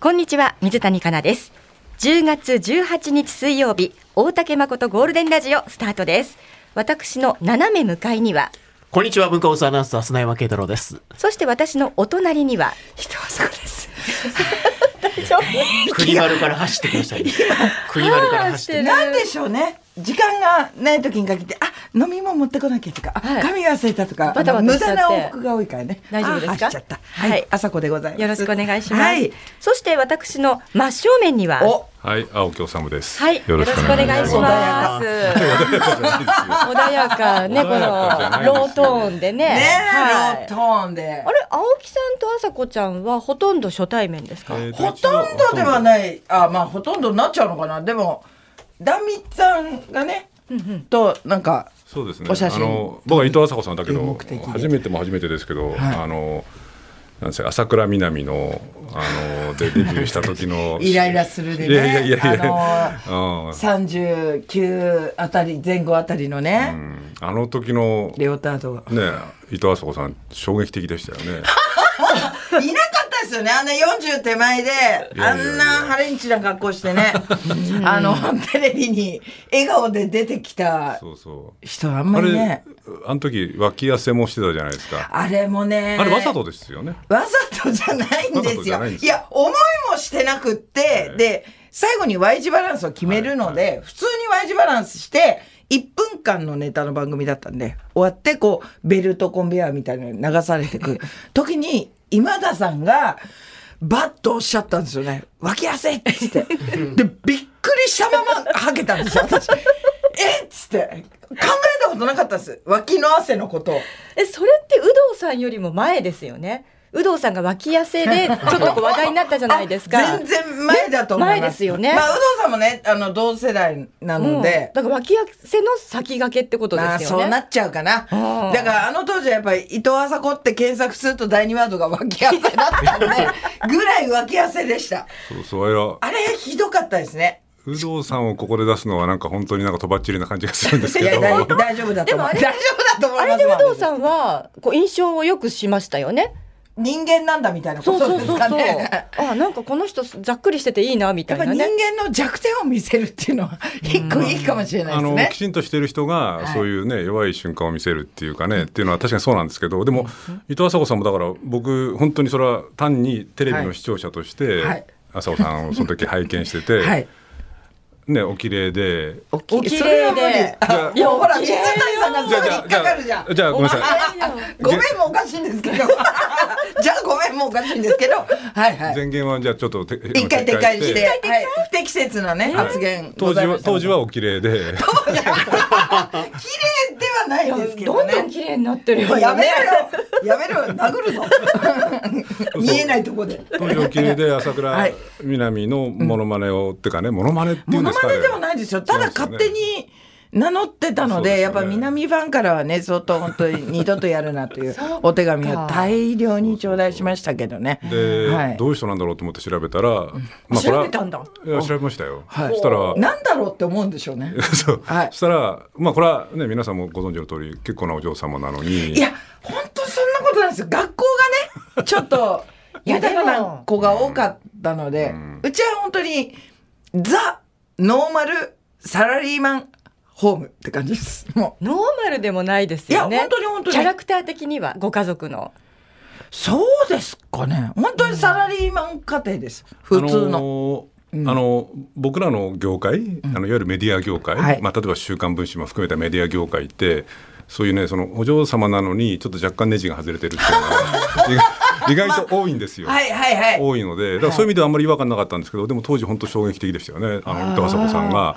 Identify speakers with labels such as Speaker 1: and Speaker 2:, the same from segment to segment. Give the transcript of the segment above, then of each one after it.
Speaker 1: こんにちは、水谷香奈です。10月18日水曜日、大竹誠ゴールデンラジオスタートです。私の斜め向かいには、
Speaker 2: こんにちは、文化放送アナウンサー、砂山慶太郎です。
Speaker 1: そして私のお隣には、
Speaker 3: 人はそうです。
Speaker 1: 大丈
Speaker 2: 国丸から走ってきましたね。国丸から走って。
Speaker 3: なんでしょうね。時間がない時に限って、あ、飲み物持ってこなきゃとか、あ
Speaker 1: はい
Speaker 3: 髪忘れたとか、
Speaker 1: バタバタ
Speaker 3: あの
Speaker 1: し
Speaker 3: 無
Speaker 1: ちゃっ
Speaker 3: 駄
Speaker 1: て
Speaker 3: な往復が多いからね。
Speaker 1: 大丈夫ですか
Speaker 3: あ走っちゃった。は
Speaker 1: はい
Speaker 3: い、朝子でございます。
Speaker 1: よろしくお願いします。
Speaker 3: はい、
Speaker 1: そして私の真正面には、
Speaker 3: お、
Speaker 4: はい、青木治です。
Speaker 1: はい、よろしくお願いします。穏やかね、この
Speaker 4: 穏やかじゃないですよ
Speaker 1: ロートーンでね。
Speaker 3: ね
Speaker 1: はい
Speaker 3: え、ロートーンで
Speaker 1: あ。れ、青木さんと朝子ちゃんはほとんど初対面ですか。
Speaker 4: えーと
Speaker 3: ほとんどではない、あ、まあ、ほとんどになっちゃうのかな、でも。ダミさんがね、と、なんか、
Speaker 4: そうですね。
Speaker 3: お写真
Speaker 4: あの僕は伊藤麻子さんだ
Speaker 3: と
Speaker 4: け
Speaker 3: いう
Speaker 4: ど
Speaker 3: 目的で、。
Speaker 4: 初めても初めてですけど、あの。なんですか朝倉みなみの、あの、でデビューした時の
Speaker 3: イライラするでね
Speaker 4: いやいやいやいや。うん
Speaker 3: 三十九あたり、前後あたりの
Speaker 4: う
Speaker 3: ね。
Speaker 4: んあの時の。ね、
Speaker 3: レオタードが。
Speaker 4: 伊藤麻子さん、衝撃的でしたよね。
Speaker 3: いなかったですよね。あんな40手前で、
Speaker 4: いや
Speaker 3: あんなハレンチな格好して ね、あの、テレビに笑顔で出てきた
Speaker 4: そうそう。
Speaker 3: 人あんま
Speaker 4: あ
Speaker 3: り
Speaker 4: れ
Speaker 3: ね。、
Speaker 4: あの時、脇汗もしてたじゃないですか。
Speaker 3: あれもね。
Speaker 4: あれわざとですよね。
Speaker 3: わざとじゃないんで
Speaker 4: わざと
Speaker 3: す
Speaker 4: じゃ
Speaker 3: よ。
Speaker 4: ないん
Speaker 3: い
Speaker 4: です
Speaker 3: や、思いもしてなくって、
Speaker 4: はい
Speaker 3: で、最後に Y 字バランスを決めるので、普通に Y 字バランスして、1分間のネタの番組だったんで、終わって、こう、ベルトコンベヤーみたいなのに流されてく時に、今田さんが、バッとおっしゃったんですよね。脇汗っつって。で、びっくりしたまま、はけたんですよ、私。えっつって。考えたことなかったです。脇の汗のことを。
Speaker 1: え、それって有働さんよりも前ですよね。有働さんが脇汗 で、ちょっとこう話題になったじゃないですか。
Speaker 3: 全然前だと思います。
Speaker 1: ね前ですよね
Speaker 3: まあ、有働さんもね、あの、同世代な
Speaker 1: うん
Speaker 3: ので。
Speaker 1: だから脇汗の先駆けってことですよ
Speaker 3: まあ、
Speaker 1: ね。
Speaker 3: そうなっちゃうかな。
Speaker 1: うん
Speaker 3: だから、あの当時はやっぱり、伊藤麻子って検索すると第二ワードが脇汗だったん で、ぐらい脇汗でした。
Speaker 4: そうそう、あれは。
Speaker 3: あれ、ひどかったですね。
Speaker 4: 有働さんをここで出すのはなんか本当になんかとばっちりな感じがするんです
Speaker 3: い
Speaker 4: け
Speaker 3: や、
Speaker 4: ど
Speaker 3: だい大丈夫だと
Speaker 1: で
Speaker 3: 思
Speaker 1: も
Speaker 3: う。
Speaker 1: あ
Speaker 3: 大
Speaker 1: れ
Speaker 3: 丈夫だと思
Speaker 1: あ
Speaker 3: い
Speaker 1: れ
Speaker 3: ま
Speaker 1: で
Speaker 3: す。
Speaker 1: 有働さんはこう印象をよくしましたよね。
Speaker 3: 人間なんだみたいなこ
Speaker 1: そうそ
Speaker 3: と
Speaker 1: うそ
Speaker 3: です
Speaker 1: うそ
Speaker 3: か
Speaker 1: う。
Speaker 3: ね。
Speaker 1: あなんかこの人ざっくりしてていいなみた
Speaker 3: や
Speaker 1: い
Speaker 3: っ
Speaker 1: な
Speaker 3: ぱ人
Speaker 1: ね。
Speaker 3: 間の弱点を見せるっていうのは、一個いいかもしれない
Speaker 4: あ
Speaker 3: です
Speaker 4: の
Speaker 3: ね
Speaker 4: き。ちんとしてる人がそういうね、弱い瞬間を見せるっていうかねっていうのは確かにそうなんですけどでも、伊藤麻子さんもだから僕本当にそれは単にテレビの視聴者として、
Speaker 3: はいはい
Speaker 4: 麻子さんをその時拝見してて、
Speaker 3: はい。
Speaker 4: ねお綺麗で。
Speaker 1: おき
Speaker 3: 綺
Speaker 1: それは
Speaker 3: 麗
Speaker 1: 無
Speaker 3: で
Speaker 1: 理。
Speaker 3: あ
Speaker 1: いや
Speaker 3: もうほら、
Speaker 1: 綺
Speaker 3: 水
Speaker 1: 麗よ
Speaker 3: 谷さんがすぐ引っかかるじゃん。
Speaker 4: じゃあごめんなさい。
Speaker 3: ごめんもおかしいんですけど。じゃ あごめんもおかしいんですけど。はいはい。
Speaker 4: 前言はじゃあちょっとて
Speaker 3: 一回撤回して、
Speaker 4: はい
Speaker 3: はい、不適切なね、発言
Speaker 4: 当時は当時は
Speaker 3: ご
Speaker 4: お 綺麗で
Speaker 3: ざいましたので。綺麗ではないですけ
Speaker 1: ど
Speaker 3: ど
Speaker 1: んどん
Speaker 3: ね。
Speaker 1: 綺麗になってるよ、ね。
Speaker 3: やめろよ。やめろよ。殴るぞ。 見えないとこで。
Speaker 4: 当時お綺麗で朝
Speaker 3: は
Speaker 4: 倉
Speaker 3: い
Speaker 4: みなみのモノマネを、ってかねモノマネってい
Speaker 3: モ
Speaker 4: うん
Speaker 3: ノ
Speaker 4: ですか
Speaker 3: マ
Speaker 4: ね
Speaker 3: ネでもないですよ。ただ勝手に名乗ってたので、
Speaker 4: そうです
Speaker 3: や
Speaker 4: よ
Speaker 3: っ
Speaker 4: ね
Speaker 3: ぱ南ファンからはね、相当本当に二度とやるなという
Speaker 1: そうか
Speaker 3: お手紙を大量に頂戴しましたけどね。
Speaker 4: で、
Speaker 3: はい
Speaker 4: どういう人なんだろうと思って調べたら、まあ
Speaker 1: 調べたんだ
Speaker 4: これはいや調べましたよ、
Speaker 3: はい
Speaker 4: そしたら
Speaker 3: なんだろうって思うんでしょうね。
Speaker 4: そう、
Speaker 3: はい
Speaker 4: そしたらまあこれはね皆さんもご存知の通り結構なお嬢様なのに
Speaker 3: いや、本当そんなことないですよ。学校がね、ちょっと、
Speaker 1: いや
Speaker 3: 豊か
Speaker 1: で
Speaker 3: な
Speaker 1: も
Speaker 3: 子が多かったので、うちは本当に、ザ・ノーマル・サラリーマン・ホームって感じです。も
Speaker 1: ノーマルでもないです
Speaker 3: う。いや、
Speaker 1: よね。
Speaker 3: 本当に本当に。
Speaker 1: キャラクター的にはご家族の。
Speaker 3: そうですかね。本当にサラリーマン家庭です。普通の。
Speaker 4: あのーあの僕らの業界、あのいわゆるメディア業界、
Speaker 3: はい
Speaker 4: まあ、例えば「週刊文春」も含めたメディア業界ってそういうねそのお嬢様なのにちょっと若干ネジが外れてるっていう のが意外意外と多いんですよ。
Speaker 3: はいはいはい。
Speaker 4: 多いのでだからそういう意味ではあんまり違和感なかったんですけどでも当時本当衝撃的でしたよねあの伊藤麻子さんが、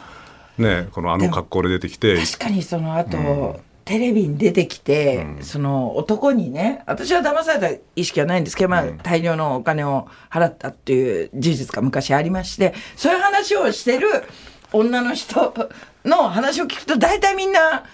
Speaker 4: ね、このあの格好で出てきて
Speaker 3: 確かにその後、テレビに出てきて、その男にね私は騙された意識はないんですけど、まあ、大量のお金を払ったっていう事実が昔ありましてそういう話をしてる女の人の話を聞くと大体みんな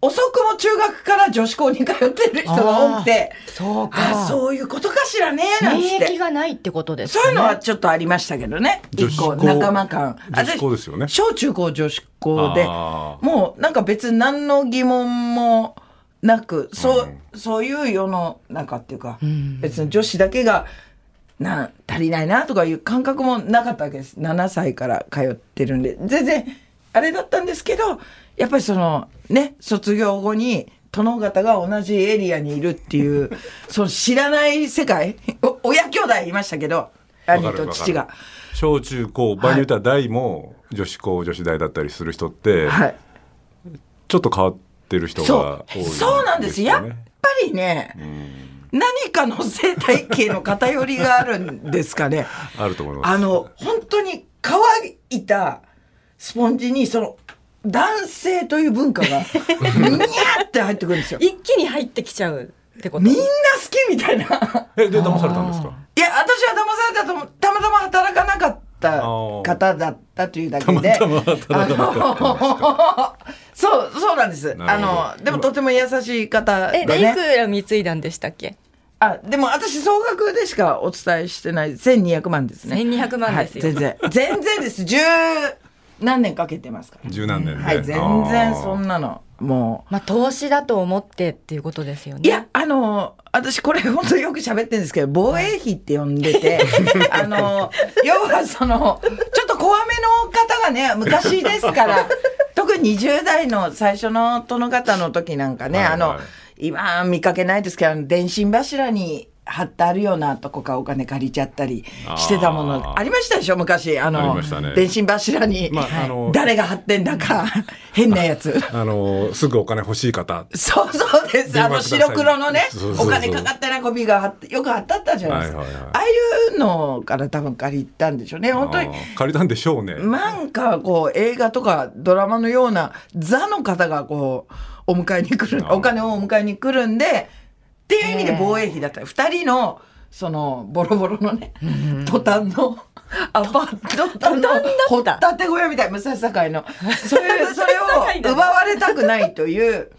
Speaker 3: 遅くも中学から女子校に通ってる人が多くて
Speaker 1: あーそうか
Speaker 3: あそういうことかしらねなんつっ
Speaker 1: 免疫
Speaker 3: て。
Speaker 1: がないってことです
Speaker 3: そ
Speaker 1: ね。
Speaker 3: ういうのはちょっとありましたけどね。
Speaker 4: 女
Speaker 3: 一
Speaker 4: 子
Speaker 3: 個
Speaker 4: 校
Speaker 3: 仲間感。
Speaker 4: 女子校ですよね
Speaker 3: 私小中高女子校で、
Speaker 4: あー
Speaker 3: もうなんか別に何の疑問もなく、そう、そういう世の中っていうか、別に女子だけがな足りないなとかいう感覚もなかったわけです7歳から通ってるんで全然あれだったんですけどやっぱりそのね卒業後に殿方が同じエリアにいるっていうその知らない世界お親兄弟いましたけど兄
Speaker 4: わか
Speaker 3: と
Speaker 4: るわかる
Speaker 3: 父が。
Speaker 4: 小中高場合によっては大も女子高女子大だったりする人って
Speaker 3: はい
Speaker 4: ちょっと変わってる人
Speaker 3: そ
Speaker 4: が多い、
Speaker 3: うそうなんですやっぱりね、何かの生態系の偏りがあるんですかね
Speaker 4: あると思います
Speaker 3: あの本当に乾いたスポンジにその男性という文化がにゃーって入ってくるんですよ
Speaker 1: 一気に入ってきちゃうってこと
Speaker 3: みんな好きみたいないや
Speaker 4: えで騙されたんですか
Speaker 3: 私は騙されたと思うたまたま働かなかった方だったというだけで
Speaker 4: たまたま働かなかった
Speaker 3: あのそうそうなんです
Speaker 4: なるほど
Speaker 3: あのでもとても優しい方で
Speaker 1: え、で
Speaker 3: ね
Speaker 1: いくら貢いだんでしたっけ
Speaker 3: あでも私総額でしかお伝えしてない1200万ですね
Speaker 1: 1200万ですよ
Speaker 3: はい、全然全然です十何年かけてますから
Speaker 4: 十何年で、
Speaker 3: はい全然そ
Speaker 4: なん
Speaker 3: なのもう
Speaker 1: まあ投資だと思ってっていうことですよね
Speaker 3: いやあの私これ本当よく喋ってるんですけど防衛費って呼んで てあの要はそのちょっと怖めの方がね昔です から特に20代の最初の殿方の時なんかね、
Speaker 4: はいはい
Speaker 3: あの今見かけないですけどあの電信柱に貼ってあるようなとこからお金借りちゃったりしてたも
Speaker 4: あ
Speaker 3: の
Speaker 4: ー
Speaker 3: ありましたでしょ昔あ
Speaker 4: あ
Speaker 3: の
Speaker 4: りましたね
Speaker 3: 電信柱に、
Speaker 4: まああの
Speaker 3: 誰が貼ってんだ か変なやつ。
Speaker 4: あのすぐお金欲しい方
Speaker 3: そうそうです。
Speaker 4: 電話
Speaker 3: あの
Speaker 4: ください
Speaker 3: 白黒のね
Speaker 4: そうそう、そ
Speaker 3: お
Speaker 4: う
Speaker 3: 金かかったなコピーが貼ってよく貼ってあったじゃないですか。
Speaker 4: はいはいはい
Speaker 3: ああいうのから多分借りたんでしょうね。本当に
Speaker 4: あ。ー借りたんでしょうね、
Speaker 3: なんかこう映画とかドラマのような座の方がこうお迎えに来る
Speaker 4: あー
Speaker 3: お金をお迎えに来るんでっていう意味で防衛費だったり2人のそのボロボロのね 途端のアパー ト途端の掘ったて小屋みたい武蔵境のそれそれを奪われたくないという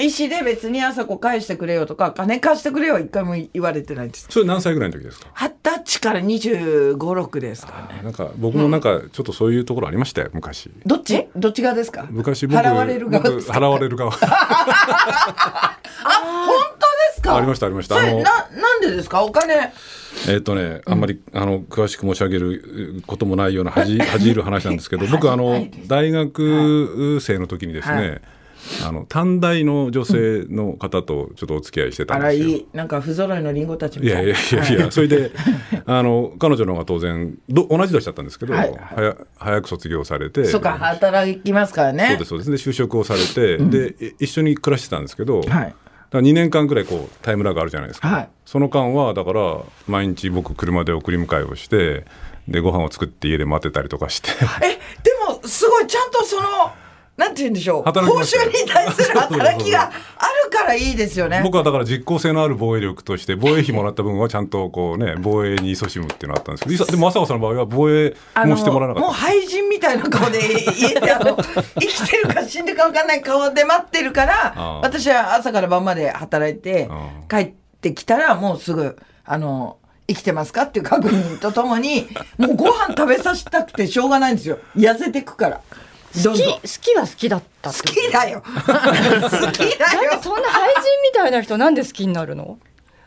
Speaker 3: 意思で別にあさこ返してくれよとか金貸してくれよは一回も言われてないんです
Speaker 4: それ何歳ぐらいの時ですか
Speaker 3: 二十歳から2 5 6ですかね
Speaker 4: なんか僕もなんかちょっとそういうところありましたよ昔
Speaker 3: どっちどっち側ですか
Speaker 4: 昔僕
Speaker 3: 払われる側
Speaker 4: 僕
Speaker 3: ですか
Speaker 4: 払われる側あ
Speaker 3: あ本当ですか
Speaker 4: りましたありました
Speaker 3: そ
Speaker 4: あ
Speaker 3: れ
Speaker 4: の
Speaker 3: ななんでですかお金
Speaker 4: えっとねあんまりあの詳しく申し上げることもないような恥じ恥じる話なんですけど僕あの大学生の時にですね、
Speaker 3: はい
Speaker 4: あの短大の女性の方とちょっとお付き合いしてた
Speaker 3: あ
Speaker 4: ん
Speaker 3: ら
Speaker 4: で
Speaker 3: い
Speaker 4: すよ。
Speaker 3: いなんか不揃いのリンゴたち
Speaker 4: い
Speaker 3: みた
Speaker 4: や
Speaker 3: い
Speaker 4: いやいやいや、それで、あの、彼女の方が当然、ど同じ年だったんですけど、
Speaker 3: はい
Speaker 4: はや早く卒業されて、
Speaker 3: そうか働きますから
Speaker 4: そう
Speaker 3: ね
Speaker 4: ですそうですで就職をされて、でい一緒に暮らしてたんですけど、
Speaker 3: はい
Speaker 4: だから2年間ぐらいこうタイムラグあるじゃないですか、
Speaker 3: はい
Speaker 4: その間はだから毎日僕車で送り迎えをしてでご飯を作って家で待ってたりとかして
Speaker 3: えでもすごいちゃんとそのなんて言うんでしょう報
Speaker 4: 働きまし
Speaker 3: 酬
Speaker 4: たよ
Speaker 3: に対する働きがあるからいいですよね
Speaker 4: 僕はだから実効性のある防衛力として防衛費もらった分はちゃんとこうね防衛に勤しむっていうのがあったんですけどいざでも朝子さんの場合は防衛
Speaker 3: あの
Speaker 4: もしてもらわな
Speaker 3: も
Speaker 4: か
Speaker 3: う
Speaker 4: っ
Speaker 3: 廃人みたいな顔で家で あの生きてるか死んでるか分かんない顔で待ってるから
Speaker 4: あー
Speaker 3: 私は朝から晩まで働いて
Speaker 4: あ
Speaker 3: 帰ってきたらもうすぐあの生きてますかっていう確認とともにもうご飯食べさせたくてしょうがないんですよ痩せてくからど
Speaker 1: 好
Speaker 3: ん
Speaker 1: き
Speaker 3: どん好
Speaker 1: 好きは好きだったってこと
Speaker 3: きだ よ好きだ
Speaker 1: だっ
Speaker 3: よ
Speaker 1: てそんな廃人みたいな人なんで好きになるの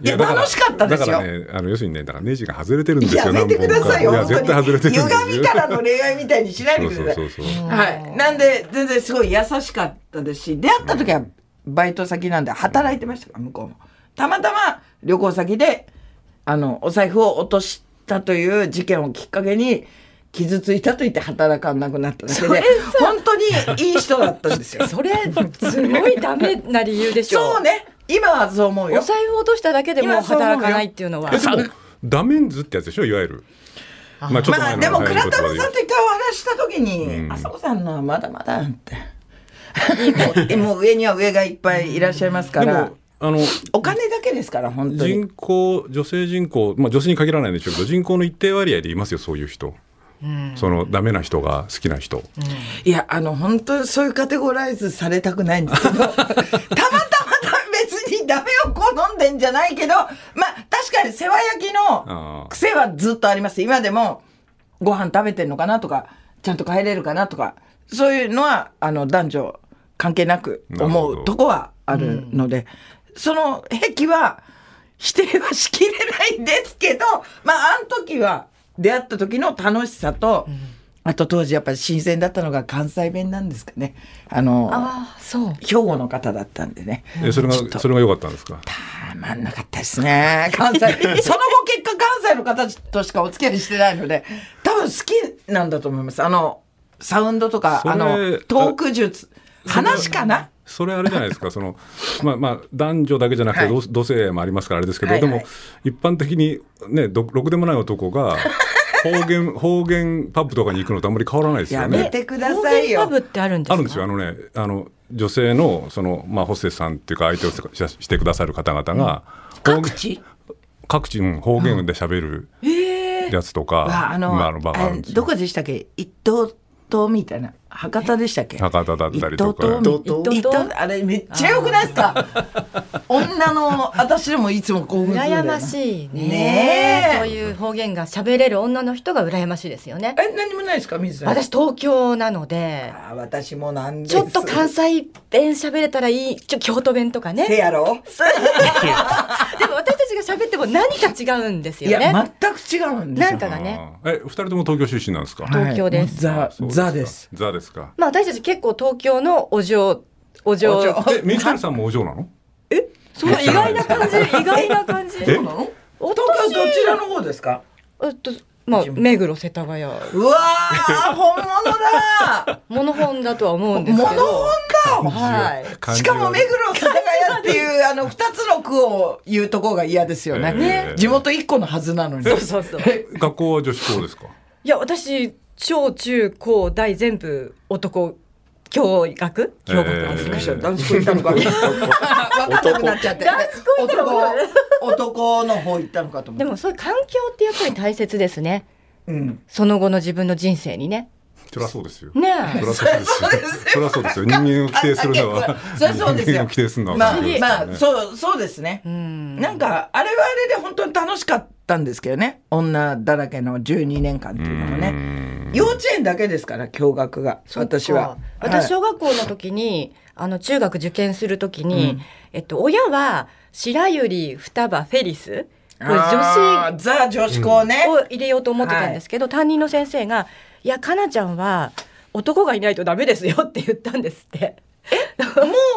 Speaker 4: た
Speaker 3: いや楽しかったですよ
Speaker 4: だからねあの要するにねだからネジが外れてるんですよ
Speaker 3: やめてくださいよ
Speaker 4: 何本かいや
Speaker 3: 本当
Speaker 4: 絶対外
Speaker 3: に
Speaker 4: れてるんですよ
Speaker 3: 歪みからの恋愛みたいにしないで
Speaker 4: そう
Speaker 3: く
Speaker 4: そ
Speaker 3: だ
Speaker 4: う
Speaker 3: さ
Speaker 4: そ
Speaker 3: いう
Speaker 4: そう
Speaker 3: はい、なんで全然すごい優しかったですし出会った時はバイト先なんで働いてましたから向こうもたまたま旅行先であのお財布を落としたという事件をきっかけに傷ついたと言って働かなくなっただけで本当にいい人だったんですよ
Speaker 1: それすごいダメな理由でしょ
Speaker 3: そうね今はそう思う
Speaker 1: お
Speaker 3: よ
Speaker 1: 財布落としただけでもう
Speaker 3: 今そう思うよ
Speaker 1: 働かないっていうのは
Speaker 4: えでもダメンズってやつでしょいわゆるまあちょっと
Speaker 3: ま
Speaker 4: 前
Speaker 3: あ
Speaker 4: の
Speaker 3: でも
Speaker 4: 流行
Speaker 3: 倉
Speaker 4: り
Speaker 3: 田さ
Speaker 4: 言葉で
Speaker 3: ん
Speaker 4: 言う
Speaker 3: と一回お話しした時に、
Speaker 4: うん
Speaker 3: あさこさんのはまだまだなんて もう上には上がいっぱいいらっしゃいますか
Speaker 4: で
Speaker 3: ら
Speaker 4: もあの
Speaker 3: お金だけですから本当に
Speaker 4: 人口女性人口、まあ、女性に限らないんでしょうけど人口の一定割合でいますよそういう人、そのダメな人が好きな人、
Speaker 3: いや、あの、本当にそういうカテゴライズされたくないん ですけど、たまたまだ別にダメを好んでんじゃないけど、まあ、確かに世話焼きの
Speaker 4: あー
Speaker 3: 癖はずっとあります。今でも、ご飯食べてんのかなとか、ちゃんと帰れるかなとか、そういうのは、あの、男女関係なく
Speaker 4: なる
Speaker 3: 思
Speaker 4: ほど
Speaker 3: うとこはあるので、その癖は、否定はしきれないんですけど、 まあ、あの時は出会った時の楽しさと、あと当時やっぱり新鮮だったのが関西弁なんですかね。あの、
Speaker 1: ああ、そう。
Speaker 3: 兵庫の方だったんでね。
Speaker 4: えそれ
Speaker 3: ちょっと
Speaker 4: がそれが良かったんですか。
Speaker 3: たまんなかったですね。関西。 その後結果関西の方としかお付き合いしてないので、多分好きなんだと思います。あの、サウンドとか、
Speaker 4: それ
Speaker 3: あの、トーク術。話かな
Speaker 4: それあれじゃないですか。そのまあまあ男女だけじゃなくて
Speaker 3: はい
Speaker 4: 同,、同性もありますからあれですけど、
Speaker 3: はいはい
Speaker 4: でも一般的にねどろくでもない 男が方言方言パブとかに行くのとあんまり変わらないですよ
Speaker 3: や
Speaker 4: ね。
Speaker 3: めてくださいよ
Speaker 1: 方言パブってあるんですか
Speaker 4: あるんですよ。あのね、あの女性のそのまあホステスさんっていうか相手をししてくださる方々が、方言
Speaker 3: 各地
Speaker 4: 各地うん方言で喋るやつとか、
Speaker 3: はあの、
Speaker 4: まああの場があるん
Speaker 3: あ
Speaker 4: です
Speaker 3: れ
Speaker 4: よ
Speaker 3: どこでしたっけ一等島みたいな。博多でしたっけ
Speaker 4: 博多だったりとか
Speaker 3: 一等島み
Speaker 1: 一
Speaker 3: 一
Speaker 1: 等
Speaker 3: 等
Speaker 1: 島
Speaker 3: 島あれめっちゃよくないですか女の私でもいつも興奮するんだ
Speaker 1: 羨
Speaker 3: よな
Speaker 1: ましいね。
Speaker 3: ねえ
Speaker 1: そういう方言が喋れる女の人が羨ましいですよね。
Speaker 3: え、何もないですか水さん。
Speaker 1: 私東京なので、
Speaker 3: あ私もなんです
Speaker 1: ちょっと関西弁喋れたらいい、ちょ京都弁とかね。
Speaker 3: せやろ
Speaker 1: でも私たちが喋っても何か違うんです
Speaker 3: い
Speaker 1: よね。
Speaker 3: や全く違うんです
Speaker 1: な
Speaker 3: よ
Speaker 1: んかがね。
Speaker 4: あーえ、二人とも東京出身なんですか。
Speaker 1: い東京です
Speaker 3: はいもう
Speaker 4: あそう
Speaker 3: ザザです。
Speaker 4: か。ザですか。
Speaker 1: まあ私たち結構東京のお嬢、お嬢。
Speaker 3: お嬢
Speaker 4: え、ミキタルさんもお嬢なの？
Speaker 1: その意外な 感じ、意外な感じ。
Speaker 4: え
Speaker 3: そうなの
Speaker 1: お
Speaker 3: 東京どちらの方ですか
Speaker 1: えっと、まあ、目黒世田谷。
Speaker 3: うわー本物だ
Speaker 1: モノホンだとは思うんです
Speaker 3: 物
Speaker 1: けど。
Speaker 3: 本だ
Speaker 4: 漢字は
Speaker 3: しかも目黒世田谷っていうあの二つの区を言うとこが嫌ですよね、
Speaker 4: ね
Speaker 3: 地元一個のはずなのに
Speaker 1: そうそうそう。
Speaker 4: 学校は女子校ですか。
Speaker 1: いや、私、小中高大全部男教学教学です
Speaker 3: びっくり
Speaker 1: ね。
Speaker 3: した男子校行ったのか分かんなくなっちゃって
Speaker 1: 男子校行ったのか
Speaker 3: 男男の方行ったのかと思って
Speaker 1: でもそういう環境ってやっぱり大切ですね。
Speaker 3: うん
Speaker 1: その後の自分の人生にね。
Speaker 4: そりゃそうですよ。
Speaker 1: ね
Speaker 4: そり
Speaker 1: え。
Speaker 4: ゃそうですよ。そりゃそうですよ。人間を否定するのは、
Speaker 3: そりゃそうです
Speaker 4: 人間
Speaker 3: よ
Speaker 4: を否定するのは
Speaker 3: まあ
Speaker 4: 格好いいですから
Speaker 3: ま
Speaker 4: ね、
Speaker 3: あそうそうですね、
Speaker 1: うん。
Speaker 3: なんかあれはあれで本当に楽しかったんですけどね女だらけの12年間っていうのも
Speaker 4: う
Speaker 3: ね
Speaker 4: ん
Speaker 3: 幼稚園だけですから共学が
Speaker 1: そっか
Speaker 3: 私は
Speaker 1: 私
Speaker 3: は
Speaker 1: 小学校の時に、あの中学受験する時に、えっと親は白百合双葉フェリスこ
Speaker 3: い
Speaker 1: れ女
Speaker 3: あーザ女子校ね、
Speaker 1: 子を入れようと思ってたんですけど、担任の先生が「いやかなちゃんは男がいないとダメですよ」って言ったんですって。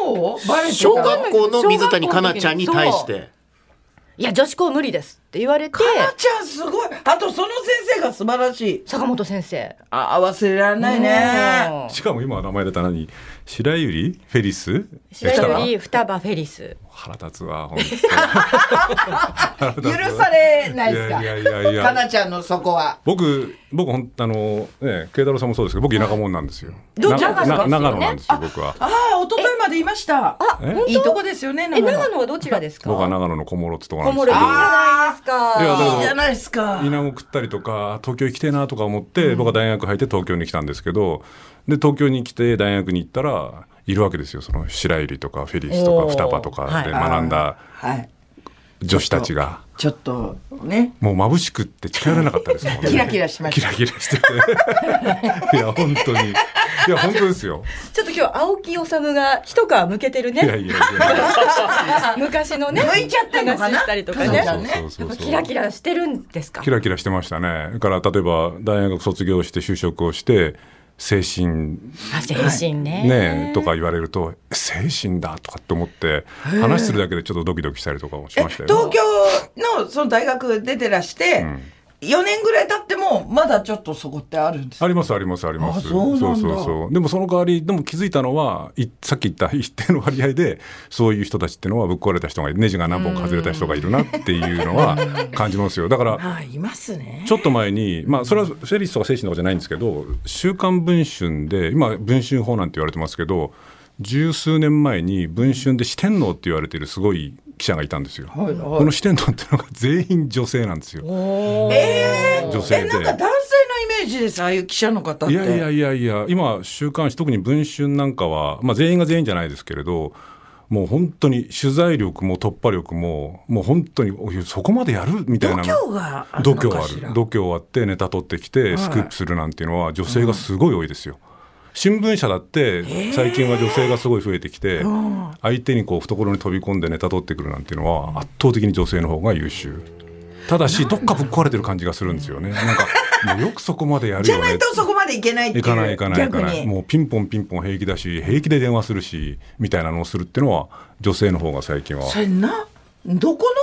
Speaker 3: もうバレてた
Speaker 2: 小学校の水谷香奈ちゃんに対し
Speaker 1: そ
Speaker 2: て
Speaker 1: いや女子校無理ですって言われて
Speaker 3: かなちゃんすごいあとその先生が素晴らしい
Speaker 1: 坂本先生。
Speaker 3: あー忘れられないね
Speaker 1: うん
Speaker 4: しかも今名前出た何白百合フェリス
Speaker 1: 白
Speaker 4: え
Speaker 1: 百
Speaker 4: 来
Speaker 1: 合双葉フェリス。
Speaker 4: た腹立つわ本当
Speaker 3: 許
Speaker 4: に
Speaker 3: されないですか
Speaker 4: いやいやいやい
Speaker 3: か
Speaker 4: や
Speaker 3: なちゃんのそこは
Speaker 4: 僕僕ほんあのね慶太郎さんもそうですけど僕田舎者なんですよ
Speaker 1: ど
Speaker 4: な
Speaker 1: 長野ですよね
Speaker 4: な長野なんですよ僕は
Speaker 3: ああ一昨日までいました
Speaker 4: え
Speaker 1: 本当
Speaker 3: いいとこですよね
Speaker 1: え長野はどちらですか
Speaker 4: 僕は長野の小諸ってとこな
Speaker 1: 小
Speaker 4: んです
Speaker 1: 諸
Speaker 4: け
Speaker 1: いいじ
Speaker 4: ど
Speaker 1: ゃないですか。
Speaker 4: いやだから
Speaker 3: いいじゃないですか
Speaker 4: 稲も食ったりとか東京行きてえなとか思って、僕は大学入って東京に来たんですけどで東京に来て大学に行ったらいるわけですよその白百合とかフェリスと
Speaker 1: おー
Speaker 4: か双葉とかで学んだ
Speaker 3: はい
Speaker 4: 女子たちが。
Speaker 3: ちょっとね
Speaker 4: もう眩しくって近寄れなかったですもんね。
Speaker 3: キラキラしました
Speaker 4: キラキラして て。いや、本当に。いや、本当ですよ。
Speaker 1: ちょっと今日青木治が一皮向けてる
Speaker 4: いや
Speaker 1: ね。
Speaker 4: いやいや。
Speaker 1: 昔のね。
Speaker 3: 向いちゃってんのかな
Speaker 1: 話したりとか
Speaker 3: そう
Speaker 1: ね。
Speaker 3: そ
Speaker 1: や
Speaker 3: う
Speaker 1: っ
Speaker 4: そうそうそう
Speaker 1: ぱ
Speaker 4: そう
Speaker 1: キラキラしてるんですか。
Speaker 4: キラキラしてましたね。だから、例えば、大学卒業して就職をして、精神
Speaker 1: あ精神ね。
Speaker 4: ねえとか言われると精神だとかって思って話するだけでちょっとドキドキしたりとかもし
Speaker 3: え
Speaker 4: ました
Speaker 3: 東
Speaker 4: よ。
Speaker 3: 京のその大学出てらして、4年ぐらい経ってもまだちょっとそこってあるんです
Speaker 4: ありますありますあります。
Speaker 3: あそうなんだ
Speaker 4: そうそうでもその代わりでも気づいたのはいさっき言った一定の割合でそういう人たちっていうのはぶっ壊れた人がいるネジが何本か外れた人がいるなっていうのは感じますよ。だから
Speaker 3: あいますね
Speaker 4: ちょっと前に、まあ、それはフェリスとか精神とかじゃないんですけど「週刊文春で」今文春法なんて言われてますけど十数年前に文春で四天王って言われてるすごい記者がいたんですよ。
Speaker 3: はいはい
Speaker 4: この四天王っていうのが全員女性なんですよ。
Speaker 3: えー
Speaker 4: 女性
Speaker 3: え
Speaker 4: で
Speaker 3: なんか男性のイメージですああいう記者の方って
Speaker 4: いやいやいやいや今週刊誌特に「文春」なんかは、まあ、全員が全員じゃないですけれどもう本当に取材力も突破力ももう本当においそこまでやるみたい
Speaker 3: 度
Speaker 4: な
Speaker 3: 胸がある
Speaker 4: 度
Speaker 3: の
Speaker 4: 胸
Speaker 3: か
Speaker 4: あ
Speaker 3: しら
Speaker 4: る度胸あってネタ取ってきてスクープするなんていうのは女性がすごい多いですよ。新聞社だって最近は女性がすごい増えてきて、相手にこう懐に飛び込んでネタ取ってくるなんていうのは圧倒的に女性の方が優秀ただしどっかぶっ壊れてる感じがするんですよねなんかもうよくそこまでやる
Speaker 3: じゃ
Speaker 4: よ
Speaker 3: な
Speaker 4: ね
Speaker 3: いとそこまでいけないってい
Speaker 4: 行
Speaker 3: う
Speaker 4: かない行かない行かな
Speaker 3: 逆
Speaker 4: い
Speaker 3: に
Speaker 4: もうピンポンピンポン平気だし平気で電話するしみたいなのをするっていうのは女性の方が最近は
Speaker 3: それなどこ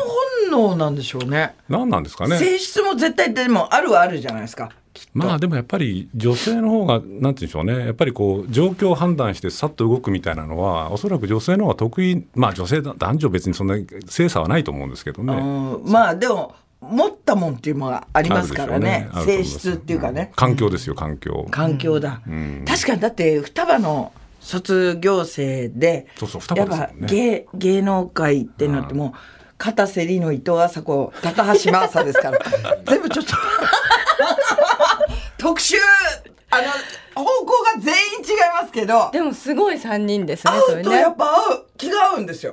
Speaker 3: の本能なんでしょうね
Speaker 4: 何なんですかね
Speaker 3: 性質も絶対でもあるはあるじゃないですか
Speaker 4: まあでもやっぱり女性の方がなんて言うんでしょうねやっぱりこう状況を判断してさっと動くみたいなのはおそらく女性の方が得意まあ女性だ男女別にそんな性差はないと思うんですけど
Speaker 3: う
Speaker 4: ね。
Speaker 3: んまあでも持ったもんっていうのがありますからね
Speaker 4: あるでしょうね
Speaker 3: 性質っていうかね、
Speaker 4: ん環境ですよ環境
Speaker 3: 環境だ、
Speaker 4: ん
Speaker 3: 確かにだって双葉の卒業生で
Speaker 4: そうそう双
Speaker 3: や
Speaker 4: 葉
Speaker 3: っ
Speaker 4: ですもん
Speaker 3: ぱ
Speaker 4: ね
Speaker 3: 芸芸能界ってなってもう片瀬里の伊藤麻子高橋真麻ですから 全部ちょっと 特集あの方向が全員違いますけど
Speaker 1: でもすごい三人ですね。そ
Speaker 3: 会
Speaker 1: れ
Speaker 3: うとや
Speaker 1: ね
Speaker 3: っ。ぱ合う気が合うんですよ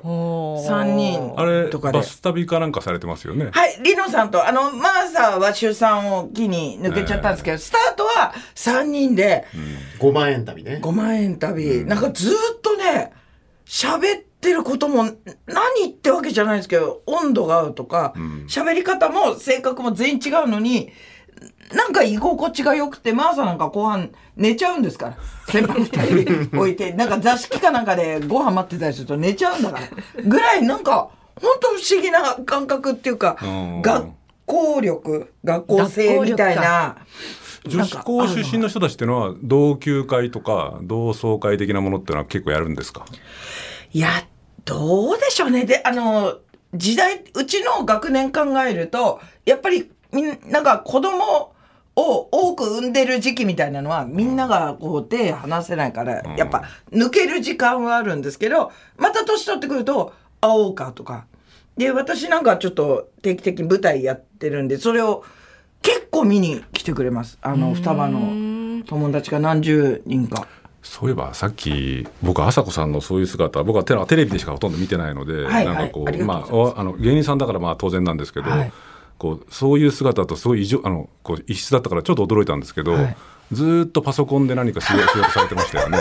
Speaker 1: 三
Speaker 3: 3人
Speaker 4: あれ
Speaker 3: とかで
Speaker 4: バ。ス旅かなんかされてますよね、
Speaker 3: はい、リノさんと、あの、マーサーは出産を機に抜けちゃったんですけど、スタートは3人で、
Speaker 2: 5万円旅ね
Speaker 3: 5万円旅、なんかずーっとね、喋ってることも、何ってわけじゃないですけど、温度が合うとか、喋、り方も性格も全員違うのに、なんか居心地が良くて、マーサなんか後半寝ちゃうんですから。先輩二人置い て、なんか座敷かなんかでご飯待ってたりすると寝ちゃうんだから。ぐらいなんか、ほんと不思議な感覚っていうか
Speaker 4: うん、
Speaker 3: 学校力、学校性みたいな。
Speaker 4: 女子校出身の人たちっていうのは同級会とか同窓会的なものっていうのは結構やるんですか
Speaker 3: いや、どうでしょうね。で、あの、時代、うちの学年考えると、やっぱりみんなんか子供を多く産んでる時期みたいなのは、みんながこう手離せないから、やっぱ抜ける時間はあるんですけど、また年取ってくると、会おうかとか。で、私なんかちょっと定期的に舞台やってるんで、それを結構見に来てくれます。あの、双葉の友達が何十人か。
Speaker 4: そういえばさっき僕朝子さんのそういう姿僕はテレテレビでしかほとんど見てないので、
Speaker 3: はい
Speaker 4: なんかこう,、
Speaker 3: はいありがとう
Speaker 4: ま
Speaker 3: ござい
Speaker 4: あおあの芸人さんだからまあ当然なんですけど、
Speaker 3: はい
Speaker 4: こうそういう姿だとすごい異常あのこう異質だったからちょっと驚いたんですけど、
Speaker 3: はい
Speaker 4: ずーっとパソコンで何か仕事仕事されてました よね。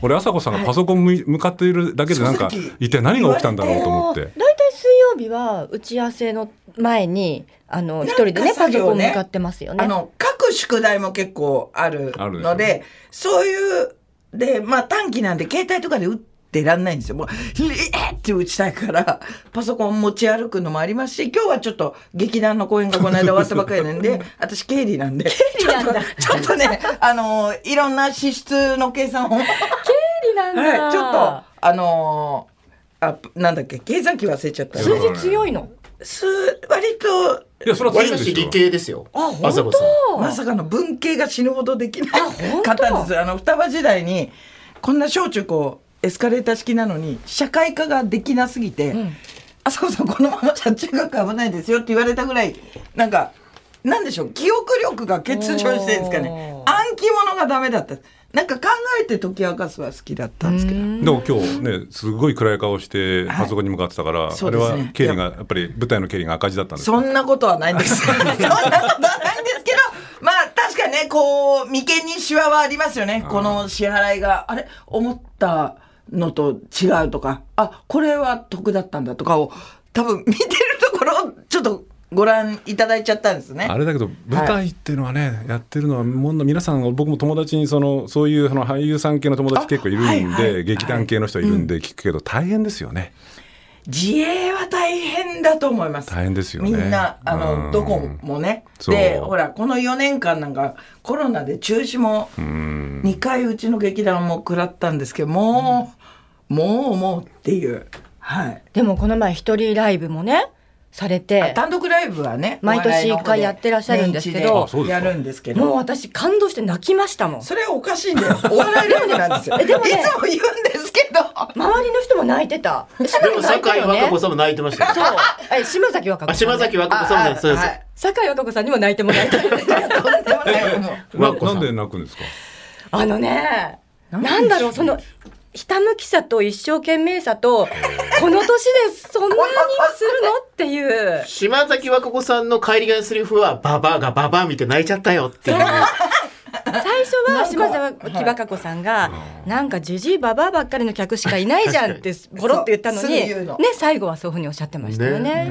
Speaker 4: 俺朝子さんがパソコン向い向かっているだけでなんか
Speaker 3: 正直
Speaker 4: 一体何が起きたんだろうと思っ
Speaker 1: だいた
Speaker 4: て。
Speaker 1: い水曜日は打ち合わせの前にあの一人で
Speaker 3: なん
Speaker 1: ねパ
Speaker 3: か
Speaker 1: ソコン
Speaker 3: 作業ね
Speaker 1: 向かってますよね。
Speaker 3: あの、各宿題も結構ある
Speaker 4: あるでし
Speaker 3: の
Speaker 4: ょ
Speaker 3: で、そういう、で、まあ短期なんで携帯とかで打ってらんないんですよ。もう、えーって打ちたいから、パソコン持ち歩くのもありますし、今日はちょっと劇団の公演がこの間終わったばっかりなんで、私経理なんで、ちょっと、ちょっ とね、あのー、いろんな支出の計算を、はい、
Speaker 1: なんだ
Speaker 3: ちょっと、あのー、あ、なんだっけ、計算機忘れちゃった。
Speaker 4: そう
Speaker 1: 数字強いの。
Speaker 3: す、割と、
Speaker 4: いやそれは
Speaker 2: 割
Speaker 4: 強い
Speaker 2: と
Speaker 4: ですよ
Speaker 2: 理。系ですよ
Speaker 1: あ本
Speaker 2: 朝子さん
Speaker 1: 当。
Speaker 3: まさかの文系が死ぬほどできない
Speaker 1: 本当
Speaker 3: 方です。あの、双葉時代に、こんな小中高、エスカレーター式なのに、社会科ができなすぎて、朝子さんこのままじゃ中学危ないですよって言われたぐらい、なんか、なんでしょう、記憶力が欠如してるんですかね。
Speaker 1: おー
Speaker 3: 暗記物がダメだった。なんか考えて解き明かすは好きだったんですけど。
Speaker 4: でも今日ねすごい暗い顔してパソコンに向かってたから、
Speaker 3: そ
Speaker 4: あ
Speaker 3: うで
Speaker 4: れ
Speaker 3: すね
Speaker 4: は経理がやっぱり舞台の経理が赤字だったんですよ
Speaker 3: そんなことはないん です。そんなことはないんですけど、まあ確かにね、こう、眉間にシワはありますよね。この支払いが、あれ思ったのと違うとか、あ、これは得だったんだとかを、多分見てるところをちょっとご覧いただいちゃったんですね。
Speaker 4: あれだけど舞台っていうのはね、やってるのはもんの皆さん僕も友達にそのそういうその俳優さん系の友達結構いるんで、
Speaker 3: はいはい
Speaker 4: 劇団系の人いるんで聞くけど大変ですよね。
Speaker 3: 自営は大変だと思います。
Speaker 4: 大変ですよね
Speaker 3: みんな、あ
Speaker 4: う
Speaker 3: の、
Speaker 4: ん
Speaker 3: どこもね。
Speaker 4: そう
Speaker 3: で、ほら、この4年間なんか、コロナで中止も、2回うちの劇団も食らったんですけど、もう、もう、もうっていう。はい。
Speaker 1: でもこの前一人ライブもねされて。
Speaker 3: 単独ライブはね、
Speaker 1: 毎年
Speaker 3: お笑いの方
Speaker 1: 一回やってらっしゃるんですけど
Speaker 3: 年一
Speaker 4: あそうです
Speaker 3: や
Speaker 4: か
Speaker 3: るんですけ
Speaker 1: もう
Speaker 3: ど、
Speaker 1: 私感動して泣きましたもん。
Speaker 3: それおかしいんだよ。お笑いライブなんですよ。い
Speaker 1: え
Speaker 3: つ
Speaker 1: で
Speaker 3: も
Speaker 1: もね
Speaker 3: 言うんですけど。
Speaker 1: 周りの人も泣いてた。え
Speaker 2: で
Speaker 1: 酒井
Speaker 2: も
Speaker 1: も泣いた
Speaker 2: 酒井
Speaker 1: よね
Speaker 2: 和歌子さんも泣いてましたよ
Speaker 1: そう。え島崎和歌
Speaker 2: あ
Speaker 1: 子さんね。
Speaker 2: 島崎和歌子さんも泣いてそうです、
Speaker 3: はい
Speaker 1: 酒井和歌子さんにも泣いてもらいたい。
Speaker 3: とんでもないもう
Speaker 4: な
Speaker 2: 和子さ
Speaker 4: なんんで泣くんですか。
Speaker 1: あのね、
Speaker 3: な
Speaker 1: なんん
Speaker 3: でしょう
Speaker 1: だろう、その、ひたむきさと一生懸命さと、この年でそんなにするのっていう。
Speaker 2: 島崎和歌子さんの帰りがいのセリフは、ババアがババア見て泣いちゃったよっていう。
Speaker 1: 最初あ
Speaker 3: なん
Speaker 1: あ
Speaker 3: か
Speaker 1: しました
Speaker 3: はい
Speaker 1: 木場佳子さんが、なんかじじいばばあばっかりの客しかいないじゃんってボロって言ったの
Speaker 3: そう
Speaker 1: に
Speaker 3: すぐ言うの
Speaker 1: ね最後はそういうふうにおっしゃってましたよね。
Speaker 2: ね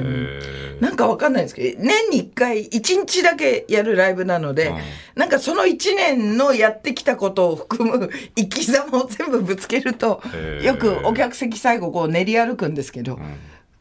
Speaker 3: なんかわかんないですけど、年に1回、1日だけやるライブなので、なんかその1年のやってきたことを含む生き様を全部ぶつけると、
Speaker 4: へー
Speaker 3: よくお客席最後こう練り歩くんですけど、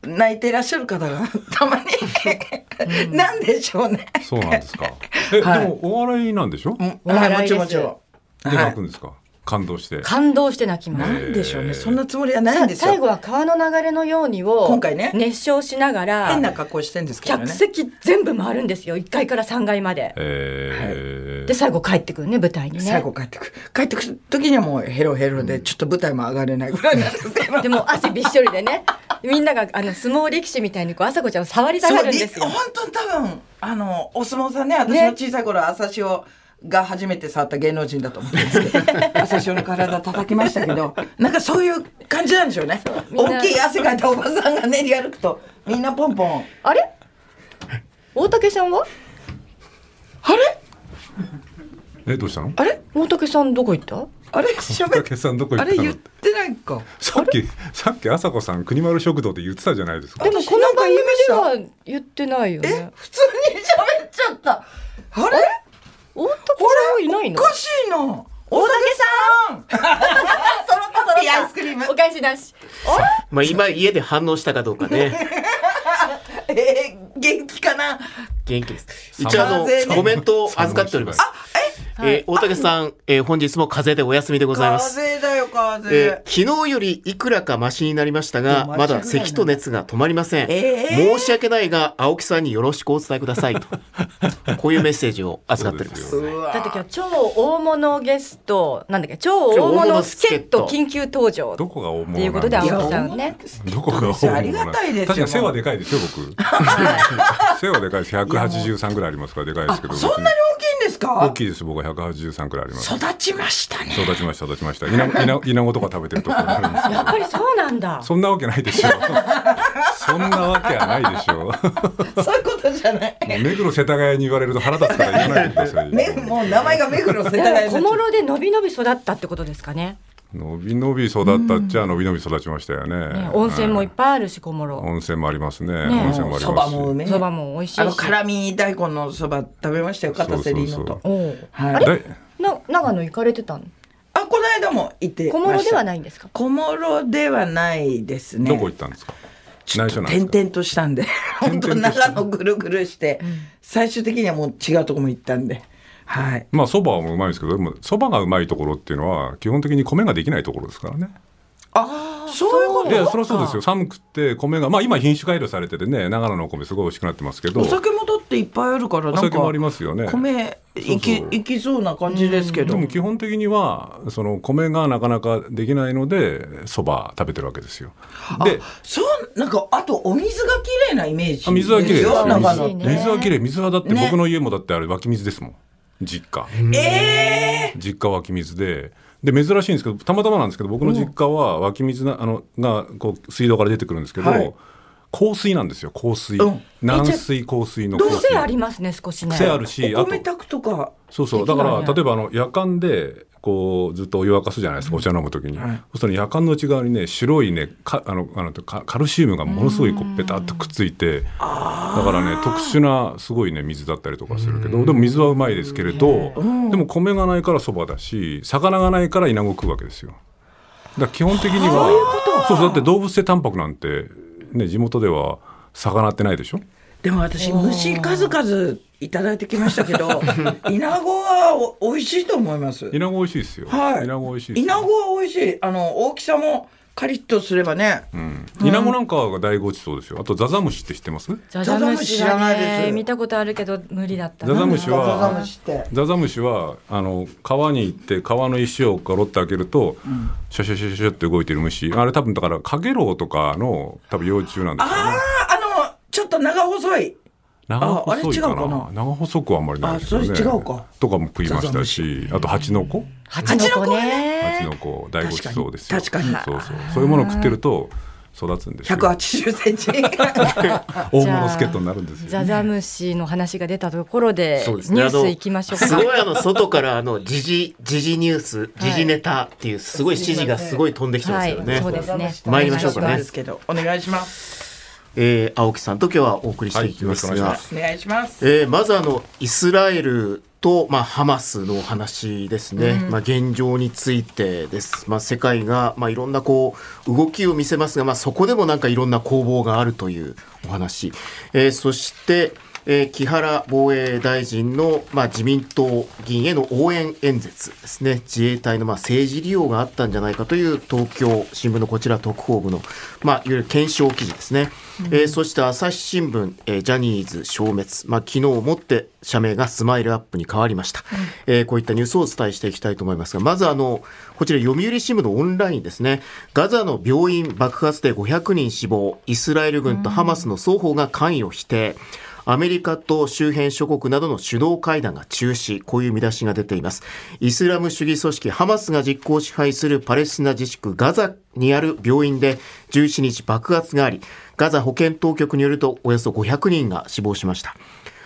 Speaker 3: 泣いてらっしゃる方が たまに、なんでしょうね。
Speaker 4: そうなんですか。え、
Speaker 3: はい
Speaker 4: でもお笑いなんでしょ？で
Speaker 1: 笑いです
Speaker 3: はいもちろんもちろ
Speaker 4: 泣くんですか？感動して。
Speaker 1: 感動して泣きます
Speaker 3: ん。なんでしょうね。そんなつもりはないんです
Speaker 1: 最
Speaker 3: よ。
Speaker 1: 後は川の流れのようにを
Speaker 3: 今回ね
Speaker 1: 熱唱しながら
Speaker 3: 変な格好してんですけど
Speaker 1: 客
Speaker 3: ね。
Speaker 1: 席全部回るんですよ1階から3階まで。
Speaker 4: えー
Speaker 1: で最後帰ってくるね舞台にね。
Speaker 3: 最後帰ってくる。帰ってくる時にはもうヘロヘロで、ちょっと舞台も上がれないぐらいなんですけど。
Speaker 1: でも汗びっしょりでねみんながあの相撲力士みたいにこう朝子ちゃんを触りたがるんですよ
Speaker 3: そうり。本当に多分あのお相撲さんね私の小さい頃朝潮が初めて触った芸能人だと思うんですけど 朝潮の体叩きましたけどなんかそういう感じなんでしょうね
Speaker 1: みんな
Speaker 3: 大きい汗かいたおばさんが練り歩くとみんなポンポン
Speaker 1: あれ大竹さんは
Speaker 3: あれ
Speaker 4: え、どうしたの？
Speaker 1: あれ大竹さんどこ行った
Speaker 3: あれ
Speaker 4: 大
Speaker 3: 喋っ
Speaker 4: 竹さんどこ行
Speaker 3: あ
Speaker 4: っ
Speaker 3: れ
Speaker 4: た
Speaker 3: 言っ？
Speaker 4: の
Speaker 3: てないか
Speaker 4: さっきさっき朝子さん国丸食堂って言ってたじゃないですか
Speaker 1: で。も
Speaker 3: 私
Speaker 1: この
Speaker 3: なんか
Speaker 1: 番
Speaker 3: 言い
Speaker 1: 組
Speaker 3: まし
Speaker 1: で
Speaker 3: た
Speaker 1: は言ってないよ
Speaker 3: え
Speaker 1: ね
Speaker 3: 普通に喋っちゃったあれ
Speaker 1: 大竹さんはいない
Speaker 3: お
Speaker 1: の
Speaker 3: かしいな大竹さん そろったそろアイスクリーム
Speaker 1: お返しなし
Speaker 2: まあ今家で反応したかどうかね。
Speaker 3: えー、元気かな
Speaker 2: 元気です。一応あの
Speaker 3: 風邪ね
Speaker 2: コメントを預かっております。えー大竹さん、えー本日も風邪でお休みでございます。
Speaker 3: 風邪だよ風邪、
Speaker 2: えー昨日よりいくらかマシになりましたが、
Speaker 3: でも
Speaker 2: まだ咳と熱が止まりません。
Speaker 3: え
Speaker 2: 申し訳ないが、青木さんによろしくお伝えくださいと。こういうメッセージを預かっておりま
Speaker 4: そ
Speaker 2: す。
Speaker 4: うですよ
Speaker 1: だって今日超大物ゲストなんだっけ超大物助っ人緊急登場
Speaker 4: どこが大
Speaker 1: っていう
Speaker 4: 物
Speaker 1: こ
Speaker 4: な
Speaker 1: とで
Speaker 4: んで
Speaker 1: 青木
Speaker 4: すか？
Speaker 1: さんね
Speaker 4: どこが大物な
Speaker 3: ありがたいですよ
Speaker 4: 確かに背はでかいですよ僕。 背はでかいです。百八十三ぐらいありますからでかいですけど。
Speaker 3: そんなに大きいんです
Speaker 4: 別に大
Speaker 3: か
Speaker 4: きいです僕は百八十三くらいあります。
Speaker 3: 育ちました ね
Speaker 4: 育ちました育ちました。稲稲稲子とか食べてるところがあるんですけ
Speaker 1: やっ
Speaker 4: ど。
Speaker 1: ぱりそうなんだ
Speaker 4: そんなわけないでしょ。そんなわけはないでしょ。
Speaker 3: そういうことじゃない
Speaker 4: 目黒世田谷に言われると腹立つから言わないでく ださいよ。
Speaker 3: めもう名前が目黒世田
Speaker 1: だから
Speaker 3: 谷
Speaker 1: 小
Speaker 3: の
Speaker 1: 諸でのびのび育ったってことですかね
Speaker 4: 伸び伸び育ったっちゃ伸び伸び育ちましたよね。
Speaker 1: ね温泉もいっ
Speaker 4: はい
Speaker 1: ぱいあるし小諸
Speaker 4: 温泉もありますね。
Speaker 1: ね
Speaker 4: 温泉もありますし。
Speaker 3: そばもうめえ
Speaker 1: そばも美味しいし
Speaker 3: あの辛味大根のそば食べましたよ片瀬リーノと
Speaker 4: そうそう
Speaker 1: おう
Speaker 3: はい、
Speaker 1: あ
Speaker 4: だ
Speaker 1: れ
Speaker 4: い
Speaker 1: な長野行かれてたの
Speaker 3: あこの間も行ってまし
Speaker 1: 小
Speaker 3: た
Speaker 1: 諸ではないんですか
Speaker 3: 小諸ではないですね
Speaker 4: どこ行ったんですか。内緒なんですか。
Speaker 3: 転々としたんで本当長野ぐるぐるして、最終的にはもう違うとこも行ったんではい
Speaker 4: まあそばもうまいですけど、でもそばがうまいところっていうのは基本的に米ができないところですからね。
Speaker 3: あそういうこ
Speaker 4: いやそりゃそうですよ。寒くて米がまあ今品種改良されててね、長野のお米すごい美味しくなってますけど。
Speaker 3: お酒もだっていっぱいあるからなん
Speaker 4: お
Speaker 3: か
Speaker 4: 酒もありますよね。
Speaker 3: 米いき
Speaker 4: そうそう
Speaker 3: いきそうな感じですけ
Speaker 4: で
Speaker 3: ど
Speaker 4: も基本的にはその米がなかなかできないのでそば食べてるわけですよ。で
Speaker 3: そうなんかあとお水が綺麗なイメージ
Speaker 4: あ水は綺麗です
Speaker 3: よ
Speaker 4: よ。
Speaker 3: 長
Speaker 4: 水
Speaker 3: 野
Speaker 1: いいね
Speaker 4: 水は綺麗。水はだって
Speaker 3: ね
Speaker 4: 僕の家もだってあれ湧き水ですもん。実家。
Speaker 3: ええ
Speaker 4: 実家は湧き水で。で珍しいんですけどたまたまなんですけど僕の実家は湧き水なあのがこう水道から出てくるんですけど、
Speaker 3: はい
Speaker 4: 香水なんですよ香水、
Speaker 3: うん
Speaker 4: 軟水香水の香水
Speaker 1: 癖ありますね少しね
Speaker 4: 癖あるし
Speaker 3: お
Speaker 4: あと
Speaker 3: 米炊くとか
Speaker 4: そうそうだ
Speaker 1: でき
Speaker 4: か
Speaker 1: ない
Speaker 4: ら例えばあの夜間でこうずっとお湯沸かすじゃないですかお茶飲む時に、
Speaker 3: はい
Speaker 4: その夜間の内側にね白いねかあのあのかカルシウムがものすごいこうペタッとくっついてだからね特殊なすごいね水だったりとかするけどでも水はうまいですけれどでも米がないからそばだし魚がないからイナゴ食うわけですよだから基本的にはそうそうだって動物性タンパクなんてね地元では魚ってないでしょ
Speaker 3: でも私虫数々いただいてきましたけ どイナゴはお美味しいと思います
Speaker 4: イナゴ美味しいですよ、
Speaker 3: はい
Speaker 4: イナゴ美味しいです
Speaker 3: イナゴは美味しいあの大きさもカリッとすればね
Speaker 4: イナゴなんかが大ごちそうですよあとザザムシって知ってます
Speaker 1: ザザムシ
Speaker 3: ザザ
Speaker 1: は
Speaker 3: ムシ知らないで
Speaker 1: ね
Speaker 3: す
Speaker 1: 見たことあるけど無理だった
Speaker 4: ザザム
Speaker 1: な
Speaker 4: シは
Speaker 3: ザザムシって
Speaker 4: ザザムシはあの川に行って川の石をガロッて開けると、シャシャシャシャシャって動いてる虫あれ多分だからカゲロウとかの多分幼虫なんですよね
Speaker 3: あああのちょっと長細い
Speaker 4: 長細いか
Speaker 3: ああ
Speaker 4: な
Speaker 3: れ違うかな
Speaker 4: 長細くはあんまりないですよね
Speaker 3: あそれ違うか
Speaker 4: とかも食いましたしあとハチノコ
Speaker 1: 蜂の子
Speaker 3: 蜂の子は
Speaker 1: ね
Speaker 4: ハチノコ大ごちそうですよ
Speaker 3: 確かに確かに
Speaker 4: そうそうそういうものを食ってると育つんですよ
Speaker 3: 180センチ。
Speaker 4: 大物助っ人になるんですよ
Speaker 1: ザザムシの話が出たところで
Speaker 2: そうです
Speaker 1: ニ
Speaker 2: ね
Speaker 1: ュー
Speaker 2: あ
Speaker 1: ス
Speaker 2: の
Speaker 1: 行きましょう
Speaker 2: す
Speaker 1: か。
Speaker 2: ごいあの外からあの時事時事ニュース時事ネタっていうすごい指示がすごい飛んできてますよ
Speaker 1: は
Speaker 2: ね。
Speaker 1: いそうですね
Speaker 2: 参りましょ うか
Speaker 3: なん
Speaker 2: ね
Speaker 3: です。けどお願いします。
Speaker 2: えー、青木さんと今日はお送りしていきます
Speaker 4: はいよろしくお
Speaker 2: が、
Speaker 4: 願いしま
Speaker 3: お願いします。
Speaker 2: えーまずあのイスラエルと、まあ、ハマスのお話ですね、まあ、現状についてです、まあ、世界が、まあ、いろんなこう動きを見せますが、まあ、そこでもなんかいろんな攻防があるというお話、えーそして、えー木原防衛大臣の、まあ、自民党議員への応援演説ですね自衛隊の、まあ、政治利用があったんじゃないかという東京新聞のこちら特報部の、まあ、いわゆる検証記事ですね、えーそして朝日新聞、えージャニーズ消滅、まあ、昨日をもって社名がスマイルアップに変わりました、えーこういったニュースをお伝えしていきたいと思いますがまずあのこちら読売新聞のオンラインですねガザの病院爆発で500人死亡イスラエル軍とハマスの双方が関与否定、アメリカと周辺諸国などの首脳会談が中止、こういう見出しが出ています。イスラム主義組織ハマスが実効支配するパレスチナ自治区ガザにある病院で17日爆発があり、ガザ保健当局によるとおよそ500人が死亡しました。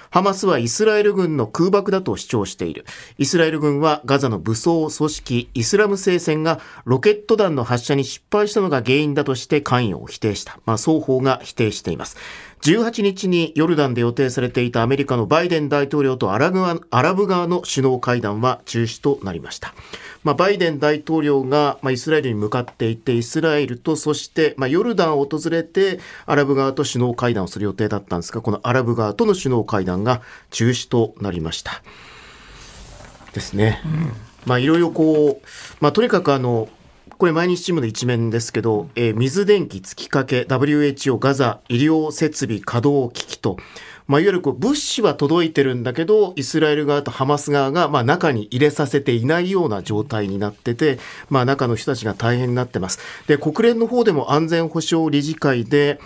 Speaker 2: ハマスはイスラエル軍の空爆だと主張している。イスラエル軍はガザの武装組織イスラム聖戦がロケット弾の発射に失敗したのが原因だとして関与を否定した。まあ、双方が否定しています。18日にヨルダンで予定されていたアメリカのバイデン大統領とアラグアアラブ側の首脳会談は中止となりました。まあ、バイデン大統領が、まあ、イスラエルに向かっていって、イスラエルとそして、まあ、ヨルダンを訪れて、アラブ側と首脳会談をする予定だったんですが、このアラブ側との首脳会談が中止となりました。ですね。まあ、いろいろこう、まあ、とにかくあの、これ毎日新聞の一面ですけど、えー水電気月かけ WHO ガザ医療設備稼働危機と、まあ、いわゆるこう物資は届いてるんだけどイスラエル側とハマス側がまあ中に入れさせていないような状態になってて、まあ、中の人たちが大変になってます。で国連の方でも安全保障理事会で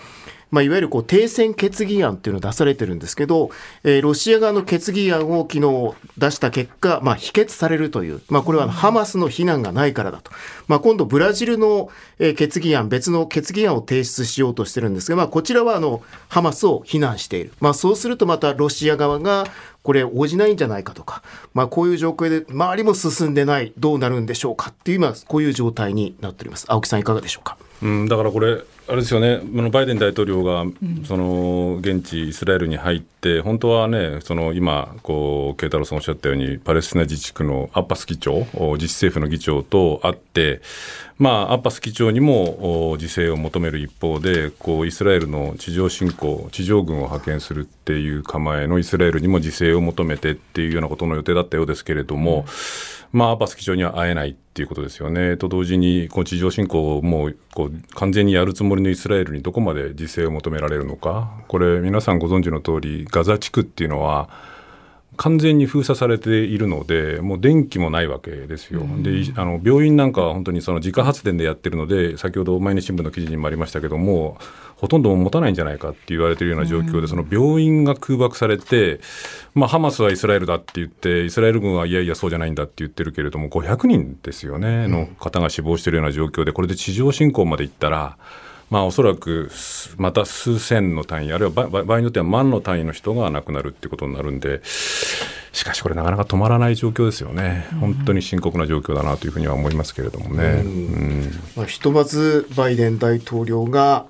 Speaker 2: まあ、いわゆるこう停戦決議案っていうのを出されてるんですけど、えーロシア側の決議案を昨日出した結果、まあ、否決されるという、まあ、これはあのハマスの非難がないからだと、まあ、今度、ブラジルのえー決議案、別の決議案を提出しようとしてるんですが、まあ、こちらはあのハマスを非難している、まあ、そうするとまたロシア側がこれ応じないんじゃないかとか、まあ、こういう状況で周りも進んでない、どうなるんでしょうかっていう、今、こういう状態になっております。青木さんいかがでしょうか
Speaker 4: うん、だからこれ、あれですよね、あのバイデン大統領が、その現地、イスラエルに入って、本当はね、その今、こう慶太郎さんおっしゃったように、パレスチナ自治区のアッバス議長、お自治政府の議長と会って、まあ、アッバス議長にもお自制を求める一方で、こうイスラエルの地上侵攻、地上軍を派遣するっていう構えのイスラエルにも自制を求めてっていうようなことの予定だったようですけれども、まあ、アッバス議長には会えないっていうことですよね。と同時に、こう地上侵攻をもうこう完全にやるつもりのイスラエルにどこまで自制を求められるのか、これ、皆さんご存知の通り、ガザ地区っていうのは、完全に封鎖されているので、もう電気もないわけですよ、でいあの病院なんかは本当にその自家発電でやってるので、先ほど毎日新聞の記事にもありましたけども、ほとんどもう持たないんじゃないかって言われてるような状況で、その病院が空爆されて、まあ、ハマスはイスラエルだって言って、イスラエル軍はいやいや、そうじゃないんだって言ってるけれども、500人ですよね、の方が死亡してるような状況で、これで地上侵攻までいったら、まあ、おそらくすまた数千の単位、あるいはばば場合によっては万の単位の人が亡くなるっていうことになるんで、しかしこれ、なかなか止まらない状況ですよね、本当に深刻な状況だなというふうには思いますけれどもね。うん
Speaker 2: まあ、ひとまずバイデン大統領が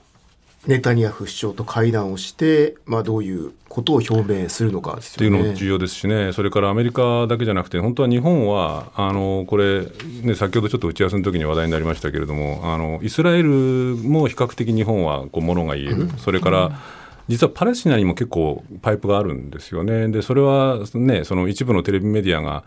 Speaker 2: ネタニヤフ首相と会談をして、まあ、どういうことを表明するのかです
Speaker 4: ってい
Speaker 2: よ
Speaker 4: う
Speaker 2: ね。
Speaker 4: のも重要ですしね、それからアメリカだけじゃなくて、本当は日本は、あのこれ、ね、先ほどちょっと打ち合わせの時に話題になりましたけれども、あのイスラエルも比較的日本はこうものが言える、それから、実はパレスチナにも結構パイプがあるんですよね、でそれは、ね、その一部のテレビメディアが、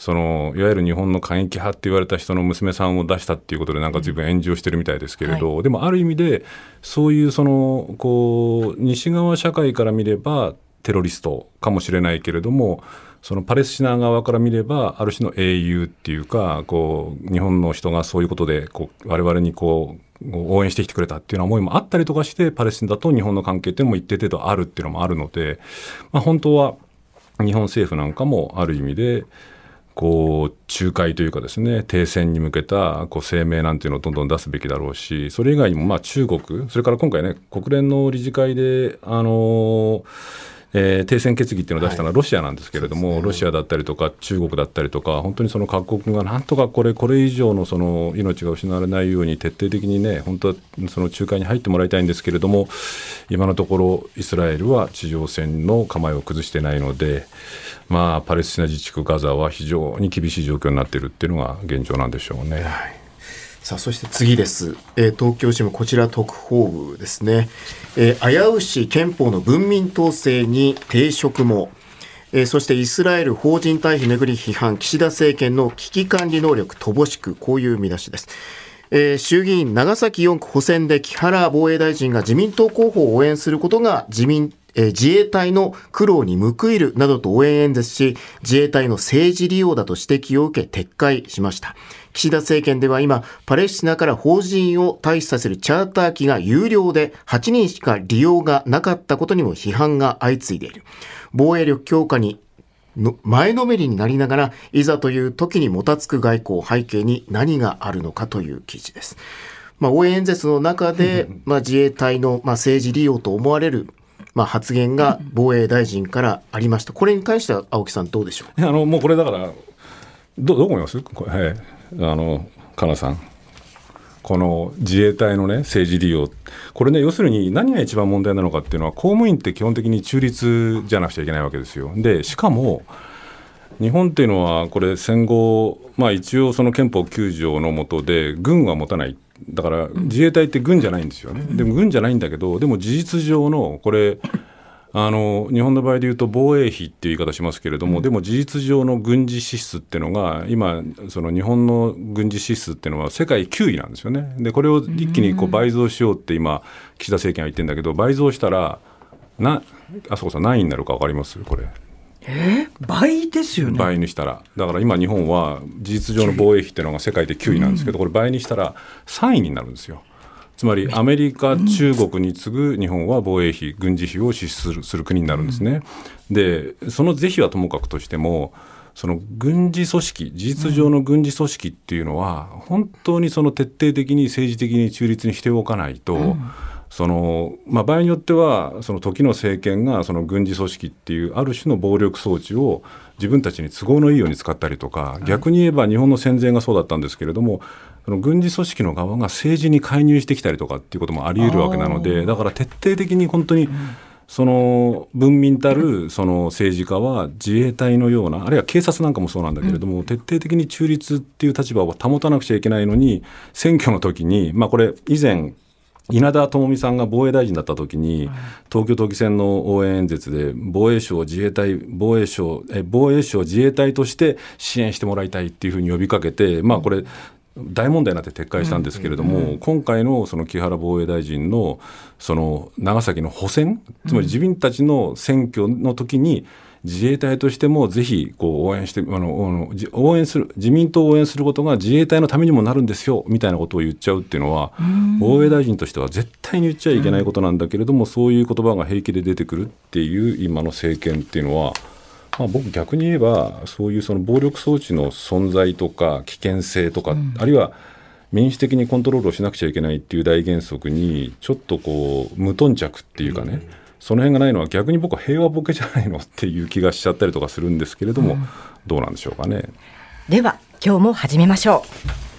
Speaker 4: そのいわゆる日本の過激派って言われた人の娘さんを出したっていうことで、なんか随分炎上してるみたいですけれど、でもある意味で、そういうそのこう西側社会から見れば、テロリストかもしれないけれども、そのパレスチナ側から見れば、ある種の英雄っていうか、こう日本の人がそういうことでこう、我々にこう、応援してきてくれたっていうような思いもあったりとかして、パレスチナと日本の関係っていうのも一定程度あるっていうのもあるので、まあ、本当は日本政府なんかもある意味で、こう仲介というかですね停戦に向けたこう声明なんていうのをどんどん出すべきだろうしそれ以外にもまあ中国それから今回ね国連の理事会であのーえー停戦決議っていうのを出したのはロシアなんですけれども、ロシアだったりとか中国だったりとか本当にその各国がなんとかこれこれ以上のその命が失われないように徹底的にね本当はその仲介に入ってもらいたいんですけれども今のところイスラエルは地上戦の構えを崩してないので、まあ、パレスチナ自治区ガザは非常に厳しい状況になっているっていうのが現状なんでしょうね。
Speaker 2: さあそして次です、えー東京新聞こちら特報部ですね、えー危うし憲法の文民統制に抵触も、えーそしてイスラエル法人退避めぐり批判岸田政権の危機管理能力乏しくこういう見出しです、えー衆議院長崎4区補選で木原防衛大臣が自民党候補を応援することが自民えー自衛隊の苦労に報いるなどと応援演説し、自衛隊の政治利用だと指摘を受け撤回しました。岸田政権では今、パレスチナから法人を退避させるチャーター機が有料で8人しか利用がなかったことにも批判が相次いでいる。防衛力強化にの前のめりになりながら、いざという時にもたつく外交背景に何があるのかという記事です。まあ、応援演説の中で、まあ、自衛隊の、まあ、政治利用と思われる、まあ、発言が防衛大臣からありました。これに関しては青木さんどうでしょう
Speaker 4: あのもうこれだからどどう思いますこれ、はい、あのかなさんこの自衛隊のね政治利用これね要するに何が一番問題なのかっていうのは公務員って基本的に中立じゃなくちゃいけないわけですよ。でしかも日本っていうのはこれ戦後、まあ、一応その憲法9条の下で軍は持たないだから自衛隊って軍じゃないんですよね、でも軍じゃないんだけどでも事実上のこれあの日本の場合で言うと防衛費っていう言い方しますけれども、でも事実上の軍事支出っていうのが今その日本の軍事支出っていうのは世界9位なんですよねでこれを一気にこう倍増しようって今岸田政権は言ってるんだけど倍増したらなあそこさん何位になるか分かりますこれ
Speaker 3: 倍ですよね。
Speaker 4: 倍にしたら、だから今、日本は事実上の防衛費っていうのが世界で9位なんですけど、これ、倍にしたら3位になるんですよ。つまりアメリカ、中国に次ぐ日本は防衛費、軍事費を支出するする国になるんですね。で、その是非はともかくとしても、その軍事組織、事実上の軍事組織っていうのは、本当にその徹底的に政治的に中立にしておかないと、そのまあ、場合によってはその時の政権がその軍事組織っていうある種の暴力装置を自分たちに都合のいいように使ったりとか逆に言えば日本の戦前がそうだったんですけれどもその軍事組織の側が政治に介入してきたりとかっていうこともあり得るわけなのでだから徹底的に本当にその文民たるその政治家は自衛隊のようなあるいは警察なんかもそうなんだけれども徹底的に中立っていう立場を保たなくちゃいけないのに選挙の時にまあこれ以前稲田朋美さんが防衛大臣だった時に、東京都議選の応援演説で防衛省を自衛隊防衛省え防衛省を自衛隊として支援してもらいたいっていうふうに呼びかけて、まあこれ大問題になって撤回したんですけれども、今回のその木原防衛大臣のその長崎の補選つまり自分たちの選挙の時に自衛隊としてもぜひこう応援してあのあのじ応援する自民党を応援することが自衛隊のためにもなるんですよみたいなことを言っちゃうっていうのは防衛大臣としては絶対に言っちゃいけないことなんだけれども、そういう言葉が平気で出てくるっていう今の政権っていうのは。まあ、僕逆に言えばそういうその暴力装置の存在とか危険性とか、あるいは民主的にコントロールをしなくちゃいけないっていう大原則にちょっとこう無頓着っていうかね、その辺がないのは逆に僕は平和ボケじゃないのっていう気がしちゃったりとかするんですけれども、どうなんでしょうかね。
Speaker 1: では今日も始めましょう